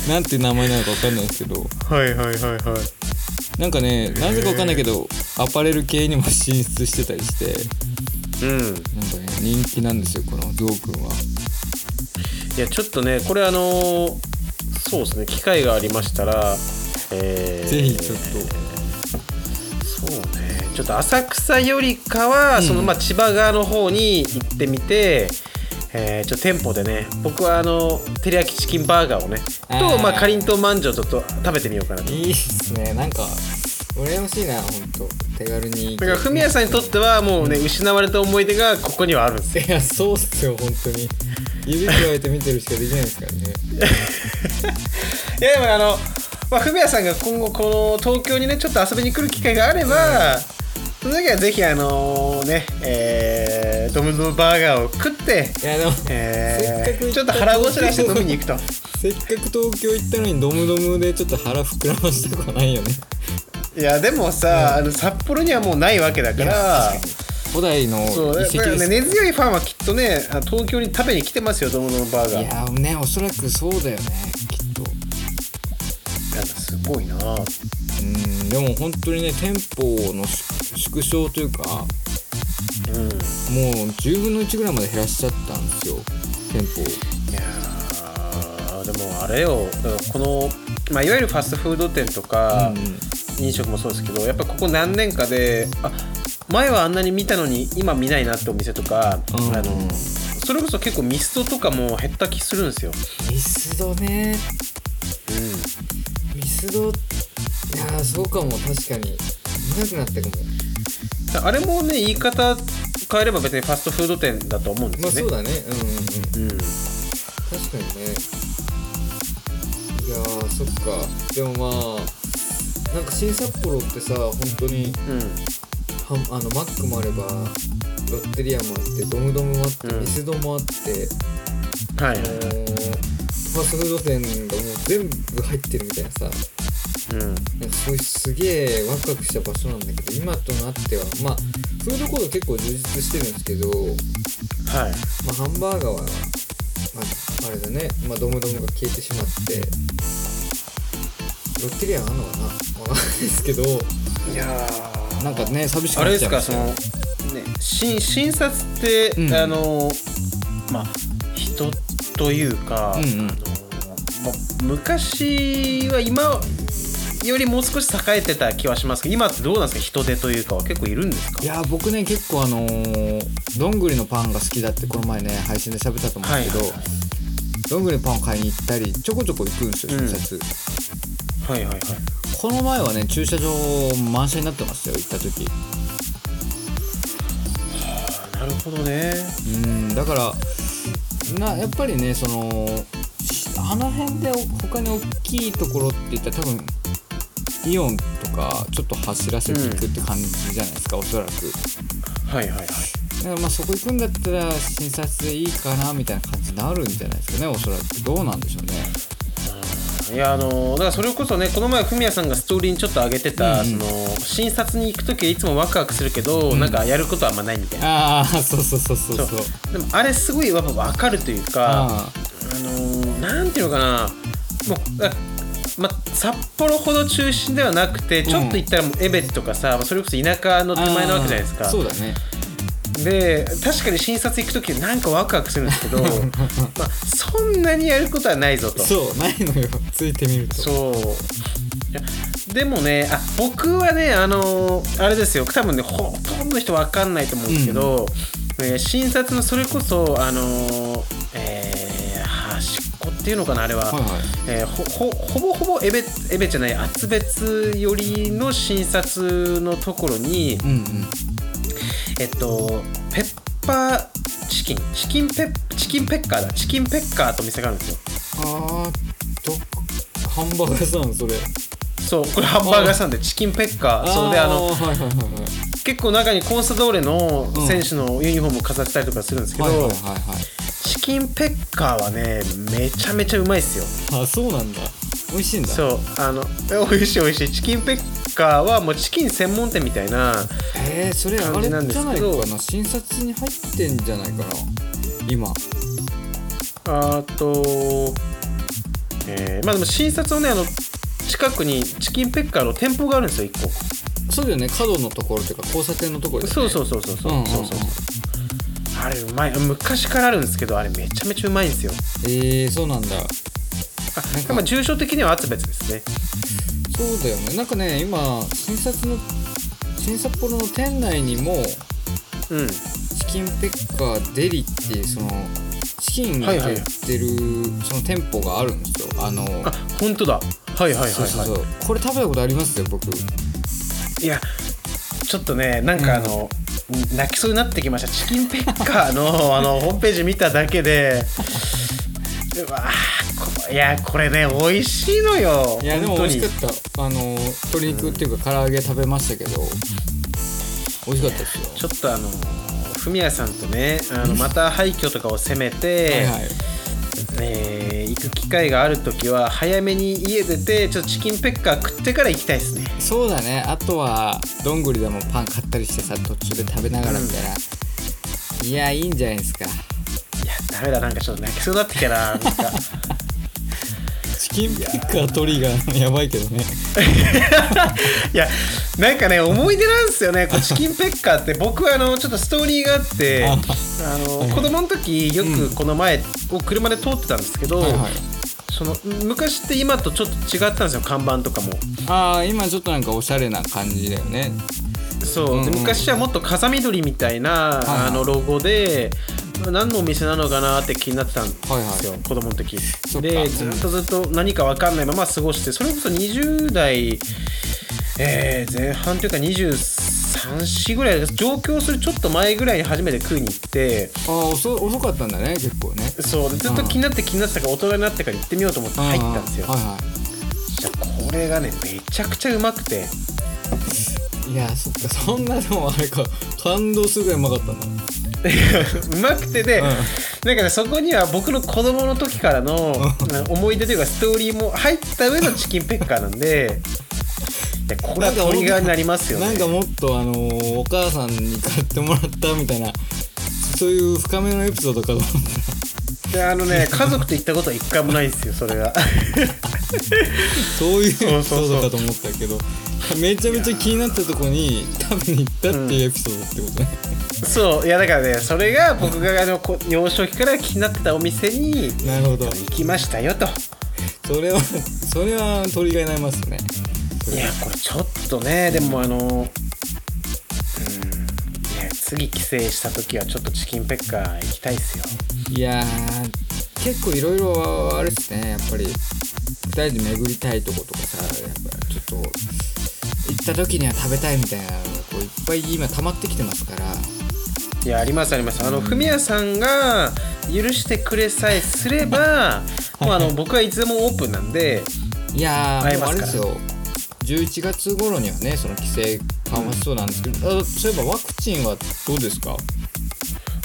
[SPEAKER 2] なんて名前なのか分かんないですけど
[SPEAKER 1] はいはいはいはい
[SPEAKER 2] なんかねなぜか分かんないけどアパレル系にも進出してたりして
[SPEAKER 1] うん
[SPEAKER 2] なんかね人気なんですよこのゾウくんはい
[SPEAKER 1] やちょっとねこれあのーそうですね機会がありましたら、えー
[SPEAKER 2] ぜひちょっ
[SPEAKER 1] そうねちょっと浅草よりかは、そのまあ千葉側の方に行ってみて、えーちょっと店舗でね僕はあの照り焼きチキンバーガーをね
[SPEAKER 2] あー
[SPEAKER 1] とまあかりんとうまんじゅうをちょっと食べてみようかなと
[SPEAKER 2] といいっすねなんか羨ましいなほんと手軽に
[SPEAKER 1] だからフミヤさんにとってはもうね失われた思い出がここにはあるんですよ
[SPEAKER 2] いやそうっすよ本当に指加えて見てるしかできないですからね
[SPEAKER 1] いやでもあのまあフミヤさんが今後この東京にねちょっと遊びに来る機会があれば、その時はぜひあのねえードムドムバーガーを食って
[SPEAKER 2] いやでもせっ
[SPEAKER 1] え
[SPEAKER 2] かく行
[SPEAKER 1] ー、
[SPEAKER 2] った
[SPEAKER 1] ちょっと腹ごしらえして飲みに行くと
[SPEAKER 2] せっかく東京行ったのにドムドムでちょっと腹膨らましたくはないよね
[SPEAKER 1] (laughs) いやでもさ、あの札幌にはもうないわけだ
[SPEAKER 2] (laughs)
[SPEAKER 1] から
[SPEAKER 2] 古代の遺
[SPEAKER 1] そうだ
[SPEAKER 2] 跡
[SPEAKER 1] から
[SPEAKER 2] で
[SPEAKER 1] ね
[SPEAKER 2] す
[SPEAKER 1] 根強いファンはきっとねあ東京に食べに来てますよドムドムバーガ
[SPEAKER 2] い
[SPEAKER 1] ー
[SPEAKER 2] やーねおそらくそうだよねきっと
[SPEAKER 1] なんかすごいな
[SPEAKER 2] うんでも本当にね店舗の縮縮小というかも
[SPEAKER 1] うんいう
[SPEAKER 2] 10分の1ぐらいまで減らしちゃったんですよ店舗
[SPEAKER 1] やーでもあれよだからこの、まあ、いわゆるファストフード店とか、飲食もそうですけどやっぱここ何年かであ前はあんなに見たのに今見ないなってお店とか、
[SPEAKER 2] うん
[SPEAKER 1] あのそれこそ結構ミストとかも減った気するんですよ。
[SPEAKER 2] ミスドね
[SPEAKER 1] うん
[SPEAKER 2] ミスドいやーそうかも確かに見なくなったかも
[SPEAKER 1] あれもね言い方変えれば別にファストフード店だと思うんで
[SPEAKER 2] まあ
[SPEAKER 1] す
[SPEAKER 2] そ
[SPEAKER 1] よね。
[SPEAKER 2] うだねうんうんうん
[SPEAKER 1] うん、
[SPEAKER 2] 確かにねいやーそっかでもまあなんか新札幌ってさ本当に
[SPEAKER 1] う
[SPEAKER 2] はあのマックもあればロッテリアもあってドムドムもあって、
[SPEAKER 1] うん
[SPEAKER 2] ミスドもあって、
[SPEAKER 1] ん、はい、
[SPEAKER 2] あのーファストフード店がもう全部入ってるみたいなさ
[SPEAKER 1] うん、
[SPEAKER 2] なんかそういうすげえワクワクした場所なんだけど今となってはまあフードコート結構充実してるんですけど、
[SPEAKER 1] はい、
[SPEAKER 2] まあ、ハンバーガーは、まあ、あれだね、まあ、ドムドムが消えてしまってロッテリアがあんのかなわかんないですけど
[SPEAKER 1] いや
[SPEAKER 2] なんかね寂しく
[SPEAKER 1] あれ
[SPEAKER 2] な
[SPEAKER 1] で
[SPEAKER 2] っちゃ
[SPEAKER 1] す
[SPEAKER 2] いま
[SPEAKER 1] かそ
[SPEAKER 2] した
[SPEAKER 1] の
[SPEAKER 2] よ
[SPEAKER 1] ねし診察って、
[SPEAKER 2] うん
[SPEAKER 1] あのまあ人というか、
[SPEAKER 2] うんうん
[SPEAKER 1] あのまあ昔は今よりもう少し栄えてた気はしますけど今ってどうなんですか人手というかは結構いるんですか
[SPEAKER 2] いやー僕ね結構あのーどんぐりのパンが好きだってこの前ね配信で喋ったと思うんですけど、
[SPEAKER 1] はい
[SPEAKER 2] どんぐりのパンを買いに行ったりちょこちょこ行くんですよ
[SPEAKER 1] うん
[SPEAKER 2] 診察、
[SPEAKER 1] はいはいはい
[SPEAKER 2] この前はね駐車場満車になってましたよ行った時
[SPEAKER 1] あなるほどね
[SPEAKER 2] うんだからなやっぱりねそのしあの辺で他に大きいところって言ったら多分イオンとかちょっと走らせていくって感じじゃないですか、おそらく
[SPEAKER 1] はいはいはい
[SPEAKER 2] だからまあそこ行くんだったら診察でいいかなみたいな感じになるんじゃないですかねおそらくどうなんでしょうね
[SPEAKER 1] いやあのだからそれこそねこの前フミヤさんがストーリーにちょっと上げてた、
[SPEAKER 2] うんうん
[SPEAKER 1] その診察に行く時はいつもワクワクするけど、なんかやることはあんまないみたいな
[SPEAKER 2] ああそうそうそうそうそう
[SPEAKER 1] そうでもあれすごいやっぱ分かるというかあ
[SPEAKER 2] あ
[SPEAKER 1] のなんていうのかなもうあま札幌ほど中心ではなくてちょっと行ったらもう江別とかさ、それこそ田舎の
[SPEAKER 2] あ
[SPEAKER 1] 手前なわけじゃないです
[SPEAKER 2] あ
[SPEAKER 1] か
[SPEAKER 2] あそうだね
[SPEAKER 1] で確かに診察行く時なんかワクワクするんです
[SPEAKER 2] (laughs)
[SPEAKER 1] けど、まあ、そんなにやることはないぞと。
[SPEAKER 2] そうないのよついてみると
[SPEAKER 1] そういやでもねあ僕はねあのーあれですよ多分ねほとんどの人分かんないと思うんですけど、えー診察のそれこそあのーえー端っこっていうのかなあれは、
[SPEAKER 2] はいはい
[SPEAKER 1] えーほほほぼほぼエベエベじゃない厚別寄りの診察のところに、
[SPEAKER 2] うんうん
[SPEAKER 1] えっとペッパーチチキンチキンペッチキンペッカーだチキンペッカーと店があるんですよ
[SPEAKER 2] あーっとハンバーガーさんそれ
[SPEAKER 1] そうこれハンバーガー屋さんでチキンペッカーそうであの
[SPEAKER 2] ーはいはいはいはい
[SPEAKER 1] 結構中にコンサドーレの
[SPEAKER 2] うん
[SPEAKER 1] 選手のユニフォームを飾ってたりとかするんですけど、
[SPEAKER 2] はいはいはい
[SPEAKER 1] チキンペッカーはねめちゃめちゃうまいですよ
[SPEAKER 2] はいあそうなんだ美味しいんだ
[SPEAKER 1] そうあのえ美味しい美味しいチキンペッカーはもうチキン専門店みたいな
[SPEAKER 2] えー、それあ
[SPEAKER 1] 感
[SPEAKER 2] れ
[SPEAKER 1] じ
[SPEAKER 2] じ
[SPEAKER 1] なんです
[SPEAKER 2] ゃない
[SPEAKER 1] けど
[SPEAKER 2] かな診察に入ってんじゃないかな今
[SPEAKER 1] あとえーまあでも診察をねあの近くにチキンペッカーの店舗があるんですよ1個
[SPEAKER 2] そうだよね角のところというか交差点のところで、ね、
[SPEAKER 1] そうそう
[SPEAKER 2] う
[SPEAKER 1] そうそうそ
[SPEAKER 2] んうんうん
[SPEAKER 1] うそうそうあれうまい昔からあるんですけどあれめちゃめちゃうまいんですよ
[SPEAKER 2] えー、そうなんだなん
[SPEAKER 1] あ
[SPEAKER 2] か
[SPEAKER 1] まあ重症的にはあつ別ですね
[SPEAKER 2] そうだよねなんかね今診察の診察ポロの店内にも
[SPEAKER 1] うん
[SPEAKER 2] チキンペッカーデリっていうそのチキンが
[SPEAKER 1] はいは
[SPEAKER 2] 売
[SPEAKER 1] い
[SPEAKER 2] ってるその店舗があるんですよあの
[SPEAKER 1] あ本当だはいはいはいはい
[SPEAKER 2] そうそうそうこれ食べたことありますよ僕
[SPEAKER 1] いやちょっとねなんかあの、泣きそうになってきましたチキンペッカー
[SPEAKER 2] (laughs)
[SPEAKER 1] のあのホームページ見ただけでうわーこいやこれね美味しいのよ
[SPEAKER 2] いやでも
[SPEAKER 1] 本
[SPEAKER 2] 美
[SPEAKER 1] 当
[SPEAKER 2] 味
[SPEAKER 1] に
[SPEAKER 2] しかったあの鶏肉っていうか唐揚げ食べましたけど美味しかったですよ
[SPEAKER 1] ちょっとあのフミヤさんとねあのまた廃墟とかを攻めて、
[SPEAKER 2] はいはい
[SPEAKER 1] えー行く機会がある時は早めに家出てちょっとチキンペッカー食ってから行きたいですね
[SPEAKER 2] そうだねあとはどんぐりでもパン買ったりしてさ途中で食べながらみたいな、いやいいんじゃないですか
[SPEAKER 1] いやダメだなんかちょっと泣きそうになってきたななんか
[SPEAKER 2] チキンピッカートリガー (laughs) やばいけどね
[SPEAKER 1] いやなんかね思い出なんですよねこうチキンペッカーって僕あのちょっとストーリーがあって
[SPEAKER 2] あ
[SPEAKER 1] あの子供の時よくこの前を車で通ってたんですけど、
[SPEAKER 2] はいはい
[SPEAKER 1] その昔って今とちょっと違ったんですよ看板とかも
[SPEAKER 2] ああ今ちょっとなんかおしゃれな感じだよね
[SPEAKER 1] そう、
[SPEAKER 2] うんうん
[SPEAKER 1] で昔はもっと風見鶏みたいな、
[SPEAKER 2] いはい
[SPEAKER 1] あのロゴで何のお店なのかなって気になってたんですよ、
[SPEAKER 2] はいはい
[SPEAKER 1] 子供の時
[SPEAKER 2] そっか
[SPEAKER 1] でずっとずっと何か分かんないまま過ごしてそれこそ20代、えー前半というか23ぐらいです上京するちょっと前ぐらいに初めて食いに行って
[SPEAKER 2] ああ遅遅かったんだね結構ね
[SPEAKER 1] そうでずっと気になって気になってたから大人になってから行ってみようと思って入ったんですよ
[SPEAKER 2] ああはいは
[SPEAKER 1] じゃあこれがねめちゃくちゃうまくて
[SPEAKER 2] いいやそっかそんなでもあれか感動するぐらいうまかったんだ
[SPEAKER 1] うまくてで、
[SPEAKER 2] うん
[SPEAKER 1] なんかねそこには僕の子供の時からの思い出というかストーリーも入った上のチキンペッカーなん
[SPEAKER 2] (laughs)
[SPEAKER 1] でいやこれはトリガーになりますよね
[SPEAKER 2] なんかもっとあのーお母さんに買ってもらったみたいなそういう深めのエピソードかと思っ
[SPEAKER 1] であの
[SPEAKER 2] (laughs)
[SPEAKER 1] ね家族と行ったことは一回もないんですよそれが (laughs)
[SPEAKER 2] たそういうエピ
[SPEAKER 1] そう
[SPEAKER 2] ソ
[SPEAKER 1] そうそ
[SPEAKER 2] ー
[SPEAKER 1] う
[SPEAKER 2] ドかと思ったけどめちゃめちゃ気になったとこに食べに行ったっていうエピソードってことね、
[SPEAKER 1] そういやだからねそれが僕があのこ幼少期から気になってたお店に
[SPEAKER 2] なるほど
[SPEAKER 1] 行きましたよと
[SPEAKER 2] それはそれは取りがいないますね
[SPEAKER 1] いやこれちょっとねでもあのうんいや次帰省した時はちょっとチキンペッカー行きたいっすよ
[SPEAKER 2] いやー結構いろいろあれですねやっぱり2人で巡りたいとことかさやっぱちょっと行った時には食べたいみたいなのがこういっぱい今溜まってきてますから
[SPEAKER 1] いやありますありますあのフミヤさんが許してくれさえすればもうあの僕はいつでもオープンなんで
[SPEAKER 2] いや
[SPEAKER 1] 会
[SPEAKER 2] ー
[SPEAKER 1] え
[SPEAKER 2] もう
[SPEAKER 1] ますから
[SPEAKER 2] あれですよ11月頃にはねその規制緩和しそうなんですけど、あそういえばワクチンはどうですか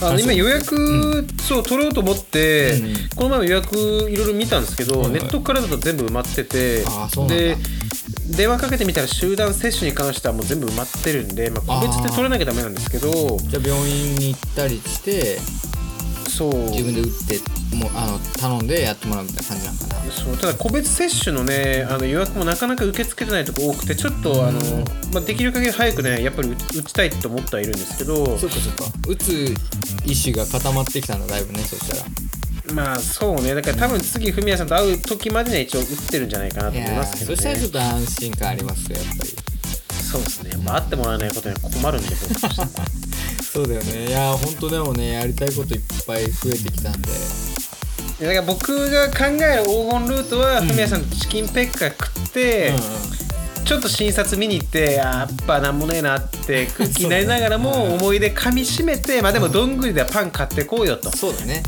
[SPEAKER 1] あ
[SPEAKER 2] あ
[SPEAKER 1] の
[SPEAKER 2] そう
[SPEAKER 1] 今予約、そう取ろうと思って、
[SPEAKER 2] うんうん
[SPEAKER 1] この前も予約いろいろ見たんですけど、
[SPEAKER 2] はいはい
[SPEAKER 1] ネットからだと全部埋まってて
[SPEAKER 2] あーそうなんだ
[SPEAKER 1] で電話かけてみたら集団接種に関してはもう全部埋まってるんで、まあ、個別で取れなきゃダメなんですけど
[SPEAKER 2] じゃあ病院に行ったりして
[SPEAKER 1] そう
[SPEAKER 2] 自分で打ってもうあの頼んでやってもらうみたいな感じなのかな
[SPEAKER 1] そうただ個別接種のねあの予約もなかなか受け付けてないとこ多くてちょっとあの、まあ、できる限り早くねやっぱり打ち打ちたいと思ってはいるんですけど
[SPEAKER 2] そっかそっか打つ意思が固まってきたんだだいぶねそしたら
[SPEAKER 1] まあそうねだから多分次フミヤさんと会う時までには一応打ってるんじゃないかなと
[SPEAKER 2] い
[SPEAKER 1] 思い
[SPEAKER 2] やー
[SPEAKER 1] ますけ
[SPEAKER 2] そ
[SPEAKER 1] ど
[SPEAKER 2] したらちょっ
[SPEAKER 1] ね
[SPEAKER 2] と安心感ありますよやっぱり
[SPEAKER 1] そうですねまあ会ってもらわないことには困るんで僕として
[SPEAKER 2] (laughs) そうだよねいやーほんとでもねやりたいこといっぱい増えてきたんで
[SPEAKER 1] いやだから僕が考える黄金ルートはフミヤさんとチキンペッカー食って、
[SPEAKER 2] うんうん
[SPEAKER 1] ちちょっと診察見に行ってやっぱなんもねえなって空気になりながら
[SPEAKER 2] (laughs) そうだね
[SPEAKER 1] も思い出かみしめてまあでも
[SPEAKER 2] うん
[SPEAKER 1] どんぐりでパン買ってこうよと
[SPEAKER 2] そうだね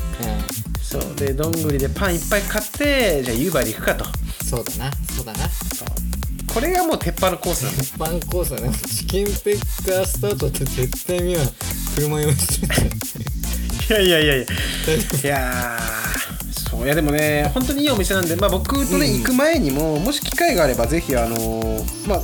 [SPEAKER 1] そうでどんぐりでパンいっぱい買ってじゃあ夕張行くかと
[SPEAKER 2] うんそうだなそうだな
[SPEAKER 1] そうこれがもう鉄板のコースなんです
[SPEAKER 2] 鉄板コースだねチキンペッカースタートって絶対みんな車用意してる
[SPEAKER 1] いやいやいやいや
[SPEAKER 2] 大丈
[SPEAKER 1] いやーそういやでもね本当にいいお店なんで、まあ、僕とね、
[SPEAKER 2] うん
[SPEAKER 1] 行く前にももし機会があればぜひあのーまあ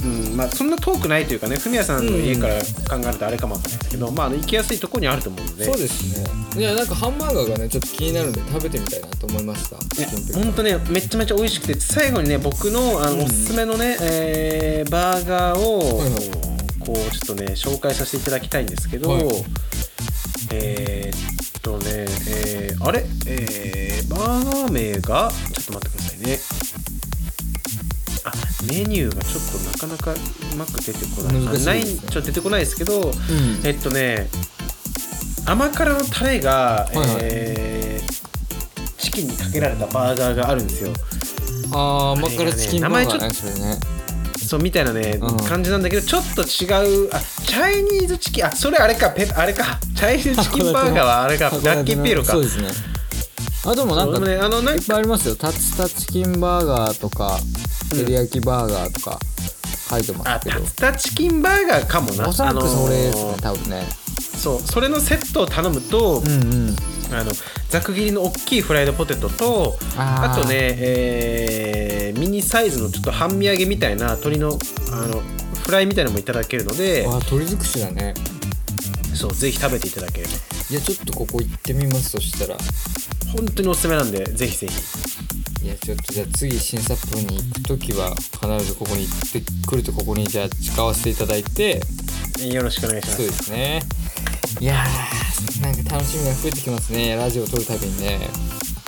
[SPEAKER 1] うんまあ、そんな遠くないというかねフミヤさんの家から考えるとあれかもわかんないですけど、まああの、行きやすいとこにあると思うので
[SPEAKER 2] 夫そうですねいやなんかハンバーガーがねちょっと気になるんで食べてみたいなと思いました
[SPEAKER 1] い
[SPEAKER 2] チ
[SPEAKER 1] や
[SPEAKER 2] キンペッカー
[SPEAKER 1] 本当ねめちゃめちゃ美味しくて最後にね僕のあの、
[SPEAKER 2] うん
[SPEAKER 1] おすすめのね、えーバーガーを、
[SPEAKER 2] はいはい
[SPEAKER 1] こうちょっとね紹介させていただきたいんですけど、
[SPEAKER 2] はい
[SPEAKER 1] えーっとね、えーあれ、えーバーガー名がちょっと待ってくださいねあメニューがちょっとなかなかうまく出てこない
[SPEAKER 2] 難しい
[SPEAKER 1] あない
[SPEAKER 2] です
[SPEAKER 1] ちょ
[SPEAKER 2] ね
[SPEAKER 1] っと出てこないですけど、
[SPEAKER 2] うん
[SPEAKER 1] えっとね甘辛のタレが、
[SPEAKER 2] いはい
[SPEAKER 1] えーチキンにかけられたバーガーがあるんですよ
[SPEAKER 2] あーマッカラチキンバーガー
[SPEAKER 1] 名前
[SPEAKER 2] ねそれね
[SPEAKER 1] そうみたいなね、
[SPEAKER 2] うん
[SPEAKER 1] 感じなんだけどちょっと違うあチャイニーズチキンあそれあれかペあれかチャイニーズチキンバーガーはあれか
[SPEAKER 2] 函館の
[SPEAKER 1] ラッキーピエロか
[SPEAKER 2] そうですねあでもなん
[SPEAKER 1] そう
[SPEAKER 2] か
[SPEAKER 1] でもねあのなんか
[SPEAKER 2] いっぱいありますよタツタチキンバーガーとか
[SPEAKER 1] うん
[SPEAKER 2] 照り焼きバーガーとか書いてま
[SPEAKER 1] あ
[SPEAKER 2] すけ
[SPEAKER 1] タ
[SPEAKER 2] ど、
[SPEAKER 1] ツタチキンバーガーかもな
[SPEAKER 2] おそら
[SPEAKER 1] あの
[SPEAKER 2] く
[SPEAKER 1] ー
[SPEAKER 2] それですね多分ね
[SPEAKER 1] そうそれのセットを頼むと、
[SPEAKER 2] うんうん
[SPEAKER 1] あのざく切りの大きいフライドポテトと
[SPEAKER 2] あ
[SPEAKER 1] あ
[SPEAKER 2] ー
[SPEAKER 1] とね、えーミニサイズのちょっと半身揚げみたいな鶏のあのフライみたいなのもいただけるので
[SPEAKER 2] わあ鳥尽くしだね
[SPEAKER 1] そうぜひ食べていただければ
[SPEAKER 2] いやちょっとここ行ってみますそしたら
[SPEAKER 1] 本当におすすめなんでぜひぜひ
[SPEAKER 2] いやちょっとじゃあ次新札幌に行く時は必ずここに行ってくるとここにじゃあ誓わせていただいて
[SPEAKER 1] よろしくお願いしま
[SPEAKER 2] そう
[SPEAKER 1] す
[SPEAKER 2] ですねいやーなんか楽しみが増えてきますねラジオを撮るたびにね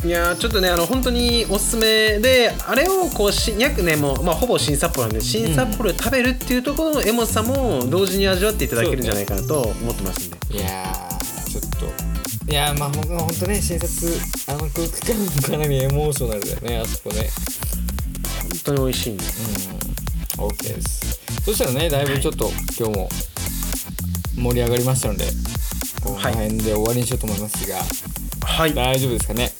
[SPEAKER 1] いやーちょっとねあの本当におすすめであれをこうし約ねもう、まあ、ほぼ新札幌なんで新札幌で食べるっていうところのエモさも同時に味わっていただけるんじゃないかなと思ってますんで、
[SPEAKER 2] いやーちょっといやーまあほんほんとね新札あの空間もかなりエモーショナルだよねあそこね
[SPEAKER 1] 本当に美味しいんで
[SPEAKER 2] うん OK ですそしたらねだいぶちょっと今日も盛り上がりましたのでこの
[SPEAKER 1] はい
[SPEAKER 2] 辺で終わりにしようと思いますが、
[SPEAKER 1] はい
[SPEAKER 2] 大丈夫ですかね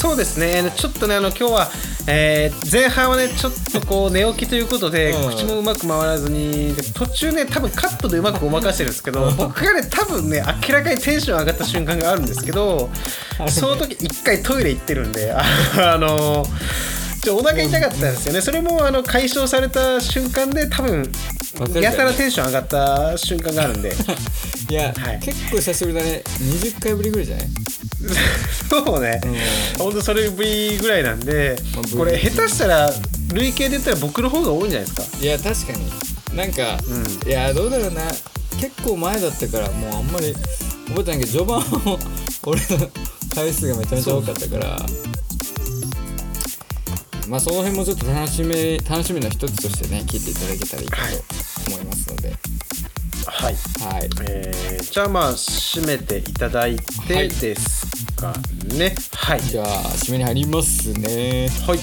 [SPEAKER 1] そうですね、あのちょっとね、あの今日は、えー前半はね、ちょっとこう寝起きということで、
[SPEAKER 2] うん
[SPEAKER 1] 口もうまく回らずに、で途中ね、多分カットでうまくごまかしてるんですけど、僕がね、多分ね、明らかにテンション上がった瞬間があるんですけど、その時一回トイレ行ってるんで、ああのちょお腹痛かったんですよね、それもあの解消された瞬間で、多分
[SPEAKER 2] わかる
[SPEAKER 1] やたらテンション上がった瞬間があるんで、
[SPEAKER 2] (laughs) いや、
[SPEAKER 1] はい
[SPEAKER 2] 結構久しぶりだね20回ぶりぐらいじゃない
[SPEAKER 1] そうね。本当それぶりぐらいなんで、
[SPEAKER 2] まあ
[SPEAKER 1] これ下手したら累計で言ったら僕の方が多いんじゃないですか
[SPEAKER 2] いや確かになんか、
[SPEAKER 1] う
[SPEAKER 2] いやどうだろうな結構前だったからもうあんまり覚えてないけど序盤も (laughs) 俺の回数がめちゃめちゃ多かったからまあその辺もちょっと楽しみ楽しみの一つとしてね聞いていただけたらいいか
[SPEAKER 1] はい
[SPEAKER 2] と思いますので、
[SPEAKER 1] はい、
[SPEAKER 2] はい、
[SPEAKER 1] えーじゃあまあ締めていただい
[SPEAKER 2] は
[SPEAKER 1] て
[SPEAKER 2] い
[SPEAKER 1] ですかねはい
[SPEAKER 2] じゃあ締めに入りますね
[SPEAKER 1] はい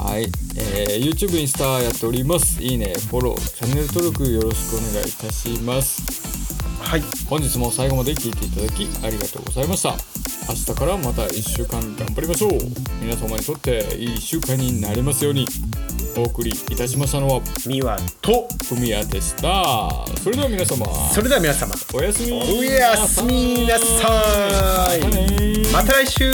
[SPEAKER 2] はい、えー YouTube インスタやっておりますいいねフォローチャンネル登録よろしくお願いいたします
[SPEAKER 1] はい
[SPEAKER 2] 本日も最後まで聞いていただきありがとうございました明日からまた1週間頑張りましょう皆様にとっていい1週間になりますようにお送りいたしましたのは
[SPEAKER 1] ミワと
[SPEAKER 2] ふみやでしたそれでは皆様
[SPEAKER 1] それでは皆様
[SPEAKER 2] おやすみ
[SPEAKER 1] おやすみなさ
[SPEAKER 2] またね
[SPEAKER 1] いまた来週